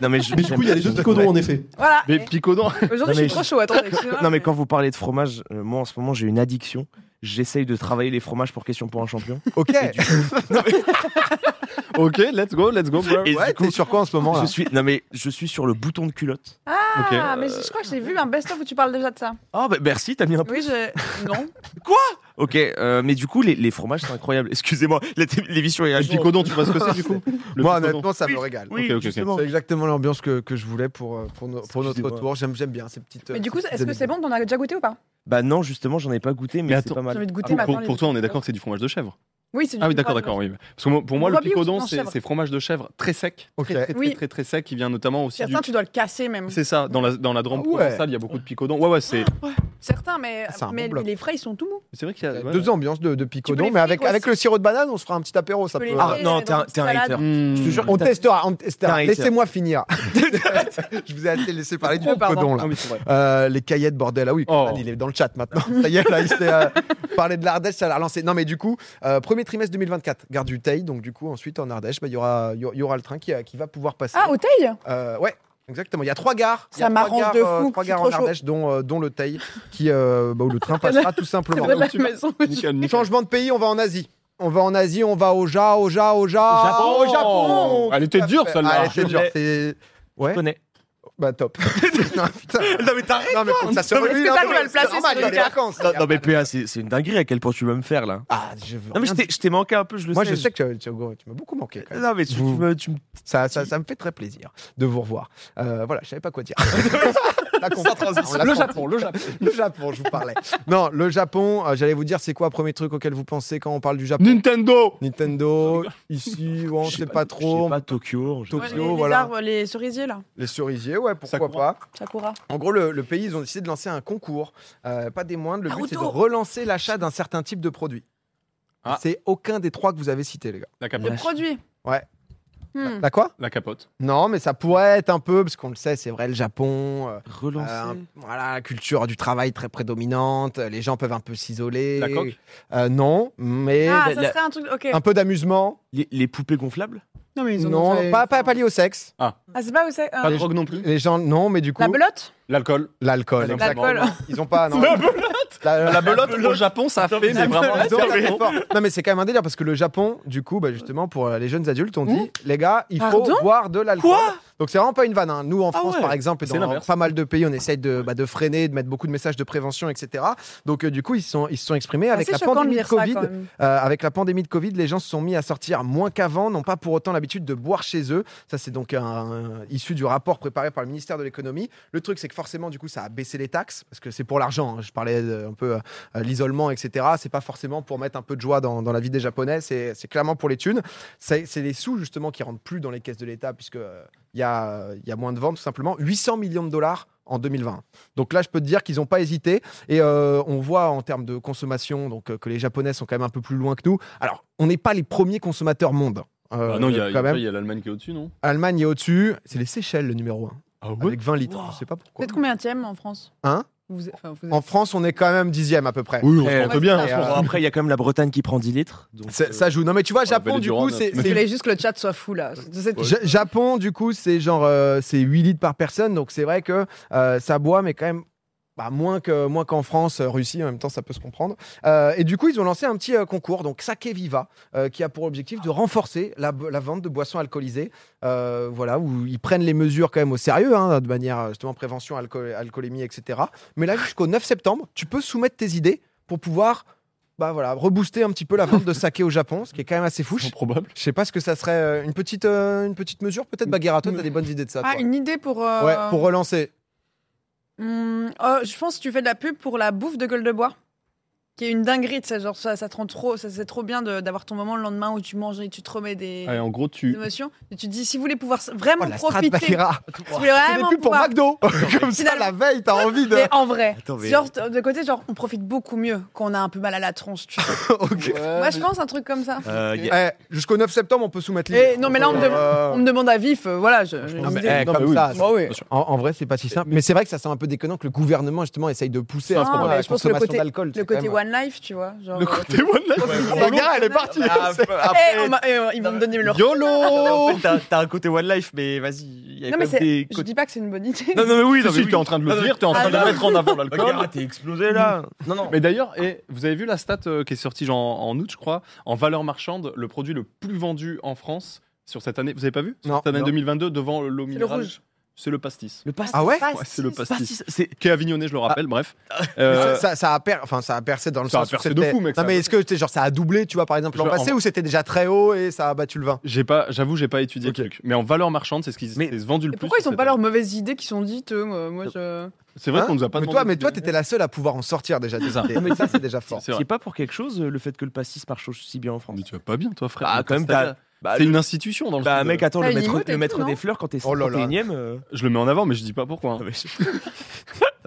Speaker 5: Non mais je-
Speaker 4: Ah,
Speaker 6: Mais du coup, il y a les deux
Speaker 5: j'aime-
Speaker 6: picodons en effet.
Speaker 3: Voilà.
Speaker 4: Mais Picodon.
Speaker 3: Aujourd'hui,
Speaker 5: Non,
Speaker 3: je suis
Speaker 5: mais-
Speaker 3: trop chaud. Attendez. excusez-moi,
Speaker 5: Non mais quand vous parlez de fromage, euh, moi en ce moment j'ai une addiction. j'essaye de travailler les fromages pour question pour un champion.
Speaker 1: Ok.
Speaker 4: Ok, let's go, let's go, bro.
Speaker 5: Et
Speaker 1: ouais,
Speaker 5: du coup,
Speaker 1: t'es sur quoi en ce moment là
Speaker 5: je suis, non mais je suis sur le bouton de culotte.
Speaker 3: Ah, mais je je crois que j'ai vu un best-of où tu parles déjà de ça.
Speaker 5: Ah bah merci, t'as mis un peu.
Speaker 3: Oui, je. Non.
Speaker 5: Ok, euh, mais du coup, les, les fromages, c'est incroyable. Excusez-moi, la té- l'émission est
Speaker 4: Et le
Speaker 5: à jour.
Speaker 4: picodon, tu vois ce que c'est du coup Le
Speaker 1: Moi,
Speaker 4: picodon.
Speaker 1: honnêtement, ça me régale.
Speaker 5: Oui,
Speaker 4: Ok, ok, ok.
Speaker 5: justement.
Speaker 1: C'est exactement l'ambiance que, que je voulais pour, euh, pour, no- pour notre
Speaker 5: Excusez-moi.
Speaker 1: retour. J'aime j'aime bien ces petites. euh,
Speaker 3: Mais du coup,
Speaker 1: ces petites
Speaker 3: est-ce que c'est bon T'en as déjà goûté ou pas
Speaker 5: Bah non, justement, j'en ai pas goûté, mais,
Speaker 4: Mais
Speaker 5: c'est
Speaker 4: attends.
Speaker 5: pas
Speaker 3: J'ai
Speaker 5: mal. Ah
Speaker 3: envie de goûter
Speaker 4: Pour-
Speaker 3: maintenant.
Speaker 4: pour, pour toi, on est d'accord que c'est du fromage de chèvre.
Speaker 3: Oui, c'est du
Speaker 4: Ah
Speaker 3: fromage.
Speaker 4: oui, d'accord, d'accord, oui. Parce que moi- pour moi, le
Speaker 3: Brebis ou
Speaker 4: picodon,
Speaker 3: non,
Speaker 4: c'est
Speaker 3: chèvre
Speaker 4: c'est fromage de chèvre très sec,
Speaker 1: Ok.
Speaker 4: très très, très
Speaker 3: Oui.
Speaker 4: très très sec, qui vient notamment aussi du.
Speaker 3: Certains, tu dois le casser même.
Speaker 4: C'est ça, dans la dans la Drôme
Speaker 1: Ah ouais.
Speaker 4: provençale, il y a beaucoup de picodons. Ouais, ouais, c'est
Speaker 3: Certains, mais,
Speaker 1: C'est un bon
Speaker 3: mais
Speaker 1: bloc.
Speaker 3: les frais, ils sont tout mous.
Speaker 4: c'est vrai qu'il y a
Speaker 1: euh,
Speaker 4: ouais.
Speaker 1: Deux ambiances de, de
Speaker 3: Tu peux
Speaker 1: picodon,
Speaker 3: les
Speaker 1: mais avec,
Speaker 3: frites
Speaker 1: avec
Speaker 3: aussi.
Speaker 1: le sirop de banane, on se fera un petit apéro. Ça
Speaker 3: Tu
Speaker 1: peut...
Speaker 3: peux les
Speaker 5: Ah
Speaker 3: frites.
Speaker 5: non,
Speaker 3: Et
Speaker 5: t'es un,
Speaker 3: dans
Speaker 5: t'es un
Speaker 3: salade.
Speaker 5: hater.
Speaker 4: Hmm.
Speaker 5: Je te jure,
Speaker 1: On testera, on testera.
Speaker 5: T'as un hater.
Speaker 1: Laissez-moi finir. je vous ai assez laissé parler du
Speaker 3: Oh, pardon.
Speaker 1: picodon là.
Speaker 4: Ah oui, c'est vrai.
Speaker 1: Euh, les caillettes, bordel. Ah oui,
Speaker 4: Oh.
Speaker 1: il est dans le chat maintenant. Ça y est, là, il s'est euh, parlé de l'Ardèche, ça l'a relancé. Non, mais du coup, euh, premier trimestre 2024, garde du Teil. Donc, du coup, ensuite, en Ardèche, bah, il y, aura, il y aura- il y aura le train qui, euh, qui va pouvoir passer.
Speaker 3: Ah, au Teil
Speaker 1: Euh, ouais. Exactement, il y a trois gares. Il y a
Speaker 3: Ça
Speaker 1: trois
Speaker 3: m'arrange
Speaker 1: gares,
Speaker 3: de
Speaker 1: euh,
Speaker 3: fou,
Speaker 1: trois
Speaker 3: je suis
Speaker 1: gares
Speaker 3: trop
Speaker 1: en
Speaker 3: chaud.
Speaker 1: Ardèche, dont, euh, dont le Teil, qui, euh, bah, où le train passera tout
Speaker 3: C'est
Speaker 1: simplement.
Speaker 3: vrai de la
Speaker 4: Super.
Speaker 3: maison.
Speaker 4: Nickel, nickel.
Speaker 1: Changement de pays, on va en Asie. On va en Asie, on va au Ja, au Ja, au Ja,
Speaker 5: Japon.
Speaker 1: au Japon.
Speaker 4: Elle était dure, celle-là.
Speaker 1: Ah, Elle était dure. c'est-
Speaker 5: je
Speaker 1: Ouais,
Speaker 5: connais.
Speaker 1: bah top. non, putain.
Speaker 5: Non mais t'arrêtes
Speaker 1: Non, mais faut que ça se
Speaker 5: Non, mais
Speaker 1: relue
Speaker 3: est-ce que
Speaker 1: un
Speaker 3: t'as
Speaker 1: peu,
Speaker 3: pu la le
Speaker 1: c'est
Speaker 3: placer
Speaker 1: normal,
Speaker 3: sur
Speaker 1: dans
Speaker 3: une
Speaker 1: les
Speaker 3: carte
Speaker 1: vacances.
Speaker 5: Non, non, mais PA, c'est c'est une dinguerie à quel point tu vas me faire là.
Speaker 1: Ah, je veux
Speaker 5: Non mais
Speaker 1: rien
Speaker 5: je t'ai- je t'ai manqué un peu, je le
Speaker 1: Moi,
Speaker 5: sais.
Speaker 1: je sais que tu, as- tu as- tu m'as beaucoup manqué. quand même.
Speaker 5: Non mais tu, tu
Speaker 1: Vous-
Speaker 5: me, tu me-
Speaker 1: Ça, ça, ça me fait très plaisir de vous revoir. Euh, voilà, je savais pas quoi dire. T'as compris, on l'a
Speaker 4: Le
Speaker 1: senti.
Speaker 4: Japon, le Japon.
Speaker 1: Le Japon, je vous parlais. non, le Japon, euh, j'allais vous dire, c'est quoi le premier truc auquel vous pensez quand on parle du Japon
Speaker 4: Nintendo
Speaker 1: Nintendo, ici, ouais, on
Speaker 5: je
Speaker 1: sait pas
Speaker 5: Je
Speaker 1: trop.
Speaker 5: sais pas Tokyo. je sais
Speaker 1: Tokyo.
Speaker 5: pas.
Speaker 3: Ouais,
Speaker 1: Tokyo,
Speaker 3: les, les
Speaker 1: voilà.
Speaker 3: arbres, les cerisiers là,
Speaker 1: Les cerisiers, ouais, pourquoi
Speaker 4: Sakura.
Speaker 1: pas.
Speaker 3: Sakura.
Speaker 1: En gros, le, le pays, ils ont décidé de lancer un concours, euh, pas des moindres. Le but, c'est de
Speaker 3: Naruto.
Speaker 1: relancer l'achat d'un certain type de produit.
Speaker 4: Ah.
Speaker 1: C'est aucun des trois que vous avez cités, les gars.
Speaker 4: La
Speaker 3: Le
Speaker 4: capote.
Speaker 3: produit.
Speaker 1: Ouais.
Speaker 3: Hmm.
Speaker 1: La quoi
Speaker 4: La capote.
Speaker 1: Non, mais ça pourrait être un peu, parce qu'on le sait, c'est vrai, le Japon. euh,
Speaker 5: Relancer.
Speaker 1: euh, un- voilà, la culture du travail très prédominante. euh, Les gens peuvent un peu s'isoler.
Speaker 4: La coque.
Speaker 1: Euh, Non, mais
Speaker 3: Ah,
Speaker 5: la-
Speaker 3: ça
Speaker 5: la-
Speaker 3: serait un truc. Ok.
Speaker 1: un peu d'amusement.
Speaker 5: les, les poupées gonflables
Speaker 3: Non, mais
Speaker 1: Non, pas, pas, pas lié au sexe.
Speaker 3: Ah, c'est pas où c'est euh,
Speaker 4: Pas de drogue non plus.
Speaker 1: Les gens, non, mais du coup,
Speaker 3: La belote
Speaker 4: L'alcool.
Speaker 1: l'alcool.
Speaker 4: La-
Speaker 1: exactement.
Speaker 3: L'alcool.
Speaker 1: Ils ont pas. Non,
Speaker 4: La
Speaker 1: La-
Speaker 4: La belote au Japon, ça fait, mais vraiment.
Speaker 1: Ils ont pas très fort. Non, mais c'est quand même un délire parce que le Japon, du coup, bah, justement, pour euh, les jeunes adultes, on dit les gars, il
Speaker 3: Mmh. Pardon
Speaker 1: faut boire de l'alcool. Donc c'est vraiment pas une vanne. hein. Nous, en
Speaker 5: Ah
Speaker 1: France,
Speaker 5: ouais.
Speaker 1: par exemple, et
Speaker 4: C'est
Speaker 1: dans
Speaker 4: l'inverse.
Speaker 1: pas mal de pays, on essaye de, bah, de freiner, de mettre beaucoup de messages de prévention, etc. Donc euh, du coup, ils se sont, ils se sont exprimés avec
Speaker 3: Assez
Speaker 1: la
Speaker 3: choquant de
Speaker 1: pandémie de
Speaker 3: lire ça,
Speaker 1: Covid.
Speaker 3: quand même.
Speaker 1: Euh, avec la pandémie de Covid, les gens se sont mis à sortir moins qu'avant, n'ont pas pour autant l'habitude de boire chez eux. Ça, c'est donc un, un- issu du rapport préparé par le ministère de l'économie. Le truc, c'est que forcément, du coup, ça a baissé les taxes parce que c'est pour l'argent. hein. Je parlais de- un peu euh, l'isolement, etc. C'est pas forcément pour mettre un peu de joie dans, dans la vie des Japonais. C'est c'est clairement pour les thunes. C'est c'est les sous justement qui rentrent plus dans les caisses de l'État puisque euh, il y, a, il y a moins de ventes tout simplement. 800 millions de dollars en 2020. Donc là, je peux te dire qu'ils n'ont pas hésité. Et euh, on voit en termes de consommation donc, euh, que les Japonais sont quand même un peu plus loin que nous. Alors, on n'est pas les premiers consommateurs monde. Euh,
Speaker 4: Ah non, il y a
Speaker 1: quand même.
Speaker 4: il y a l'Allemagne qui est au-dessus, non
Speaker 1: Allemagne est au-dessus. C'est les Seychelles, le numéro 1.
Speaker 4: Ah
Speaker 1: Avec 20 litres.
Speaker 5: Wow.
Speaker 1: Je sais pas
Speaker 3: Vous
Speaker 1: pourquoi.
Speaker 3: êtes combien tième en France
Speaker 1: Hein
Speaker 3: Vous êtes- enfin, vous êtes-
Speaker 1: En France, on est quand même dixième à peu près.
Speaker 4: Oui, on
Speaker 5: Eh,
Speaker 4: se porte bien.
Speaker 1: ouais,
Speaker 4: on se
Speaker 1: ça-
Speaker 4: porte-
Speaker 5: Bon, après, il y a quand même la Bretagne qui prend 10 litres. donc,
Speaker 1: C'est-
Speaker 5: euh,
Speaker 1: Ça joue. Non, mais tu vois,
Speaker 4: la
Speaker 1: Japon,
Speaker 4: Vallée
Speaker 1: du
Speaker 4: du
Speaker 1: coup,
Speaker 4: Rhône,
Speaker 1: c'est.
Speaker 3: Je
Speaker 1: c'est-
Speaker 3: voulais juste que le chat soit fou là. De cette-
Speaker 1: Ja- Japon, du coup, c'est genre euh, c'est 8 litres par personne, donc c'est vrai que euh, ça boit, mais quand même bah, moins que moins qu'en France, euh, Russie, en même temps, ça peut se comprendre. Euh, et du coup, ils ont lancé un petit euh, concours, donc Sake Viva, euh, qui a pour objectif de renforcer la, bo- la vente de boissons alcoolisées. Euh, voilà, où ils prennent les mesures quand même au sérieux, hein, de manière euh, justement prévention, alcool, alcoolémie, etc. Mais là, jusqu'au 9 septembre, tu peux soumettre tes idées pour pouvoir bah voilà, rebooster un petit peu la vente de saké au Japon, ce qui est quand même assez fou.
Speaker 4: C'est probable.
Speaker 1: Je sais pas ce que ça serait euh, une petite euh, une petite mesure peut-être Baguera toi t'as des bonnes idées de ça
Speaker 3: Ah,
Speaker 1: toi.
Speaker 3: une idée pour. euh,
Speaker 1: Ouais, pour relancer.
Speaker 3: Hmm, oh, je pense que tu fais de la pub pour la bouffe de gueule de bois, qui est une dinguerie. tu sais, genre ça, ça te rend trop, ça c'est trop bien de- d'avoir ton moment le lendemain où tu manges et tu te remets des
Speaker 4: Ouais, Ah, En gros,
Speaker 3: des
Speaker 4: tu.
Speaker 3: émotions. Et tu te dis si vous voulez pouvoir s- vraiment
Speaker 1: Oh, la strat
Speaker 3: profiter,
Speaker 1: Baguera.
Speaker 3: si vous voulez
Speaker 1: C'est des
Speaker 3: vraiment
Speaker 1: pubs pour
Speaker 3: pouvoir.
Speaker 1: McDo. Comme ça
Speaker 3: Finalement.
Speaker 1: la veille t'as envie de.
Speaker 3: Mais en vrai,
Speaker 5: Attends, mais-
Speaker 3: genre de côté, genre on profite beaucoup mieux quand on a un peu mal à la tronche. tu vois.
Speaker 1: Ok.
Speaker 3: Moi, je pense un truc comme ça.
Speaker 5: euh, il y a-
Speaker 1: Eh, jusqu'au 9 septembre on peut soumettre.
Speaker 3: Eh,
Speaker 1: l'idée.
Speaker 3: non, mais là, on me
Speaker 1: Euh,
Speaker 3: On me demande à vif, euh, voilà. Je, je-
Speaker 1: Non mais
Speaker 3: je-
Speaker 1: eh,
Speaker 4: Non,
Speaker 1: comme
Speaker 4: mais oui.
Speaker 1: ça.
Speaker 3: Bah oui.
Speaker 1: En, en vrai c'est pas si simple. Mais c'est vrai que ça sent un peu déconnant que le gouvernement justement essaye de pousser
Speaker 4: Ah,
Speaker 1: à ce moment
Speaker 3: mais
Speaker 1: la
Speaker 3: je pense que le
Speaker 1: consommation
Speaker 3: côté-
Speaker 1: d'alcool.
Speaker 3: Le
Speaker 1: c'est quand
Speaker 3: côté
Speaker 1: même-
Speaker 3: One Life, tu vois. Genre,
Speaker 4: Le
Speaker 3: euh,
Speaker 4: côté One Life.
Speaker 3: Ouais,
Speaker 4: Mon
Speaker 3: ouais.
Speaker 4: gars, elle est partie.
Speaker 7: Ah,
Speaker 4: C'est-
Speaker 7: après-
Speaker 3: eh, on m'a- eh, euh, ils vont me donner leur.
Speaker 7: En
Speaker 4: YOLO
Speaker 7: fait, t'as- t'as un côté One Life, mais vas-y, il y a
Speaker 3: Non,
Speaker 7: quand
Speaker 3: mais
Speaker 7: même
Speaker 3: c'est-
Speaker 7: des
Speaker 3: je
Speaker 7: côtés.
Speaker 3: dis pas que c'est une bonne idée.
Speaker 7: Non, non, mais oui,
Speaker 4: Si,
Speaker 7: non, mais
Speaker 4: si,
Speaker 7: oui.
Speaker 4: t'es en train de
Speaker 7: Ah,
Speaker 4: le
Speaker 7: non,
Speaker 4: dire, t'es en
Speaker 3: Ah,
Speaker 4: train de
Speaker 3: non.
Speaker 4: mettre en avant l'alcool.
Speaker 5: ah,
Speaker 7: Regarde, t'es explosé là. Non, non.
Speaker 4: Mais d'ailleurs, et vous avez vu la stat euh, qui est sortie genre, en en août, je crois, en valeur marchande, le produit le plus vendu en France sur cette année. Vous avez pas vu Sur
Speaker 1: Non.
Speaker 4: Cette année
Speaker 1: Non.
Speaker 4: 2022 devant l'eau
Speaker 3: C'est le
Speaker 4: minérale.
Speaker 3: rouge.
Speaker 4: C'est le pastis.
Speaker 5: Le pastis.
Speaker 1: Ah ouais
Speaker 4: Ouais, c'est le pastis.
Speaker 5: C'est
Speaker 4: Qui est avignonné, je le rappelle. Bref.
Speaker 1: Ah. Mais
Speaker 4: Euh,
Speaker 1: ça, ça, ça a per- enfin, ça a percé dans le
Speaker 4: ça a
Speaker 1: sens où
Speaker 4: percé de
Speaker 1: c'était-
Speaker 4: fou, mec,
Speaker 1: Non,
Speaker 4: ça.
Speaker 1: mais est-ce que t'es- genre, ça a doublé, tu vois, par exemple, l'an
Speaker 4: Je-
Speaker 1: passé, ou c'était déjà très haut et ça a battu le vin
Speaker 4: J'ai pas, j'avoue, j'ai pas étudié
Speaker 1: Ok.
Speaker 4: le truc. Mais en valeur marchande, c'est ce qui
Speaker 5: Mais-
Speaker 4: s'est vendu
Speaker 3: Et
Speaker 4: le plus.
Speaker 3: pourquoi ils
Speaker 4: sur
Speaker 3: ont pas
Speaker 4: cette
Speaker 3: leurs
Speaker 4: année.
Speaker 3: mauvaises idées qui sont dites euh, Moi, moi, je.
Speaker 4: C'est vrai
Speaker 1: Hein
Speaker 4: qu'on nous a pas
Speaker 1: mais
Speaker 4: demandé
Speaker 1: toi, mais
Speaker 4: de-
Speaker 1: toi, t'étais la seule à pouvoir en sortir déjà. des
Speaker 4: C'est ça.
Speaker 1: idées. Mais ça, c'est déjà fort.
Speaker 4: C'est vrai.
Speaker 5: pas pour quelque chose euh, le fait que le pastis marche aussi bien en France.
Speaker 4: Oh, Mais tu vas pas bien, toi, frère.
Speaker 5: Ah, quand même,
Speaker 4: C'est-à-dire-
Speaker 5: t'as. Bah,
Speaker 4: c'est
Speaker 5: le-
Speaker 4: une institution dans le.
Speaker 5: bah,
Speaker 4: sud.
Speaker 5: mec, attends,
Speaker 3: T'as
Speaker 5: le
Speaker 3: une
Speaker 5: maître,
Speaker 3: limite et
Speaker 5: le maître
Speaker 3: tout, non
Speaker 5: des fleurs quand t'es
Speaker 1: Oh là là.
Speaker 5: 51ème. euh,
Speaker 4: je le mets en avant, mais je dis pas pourquoi. hein.
Speaker 5: non, mais je-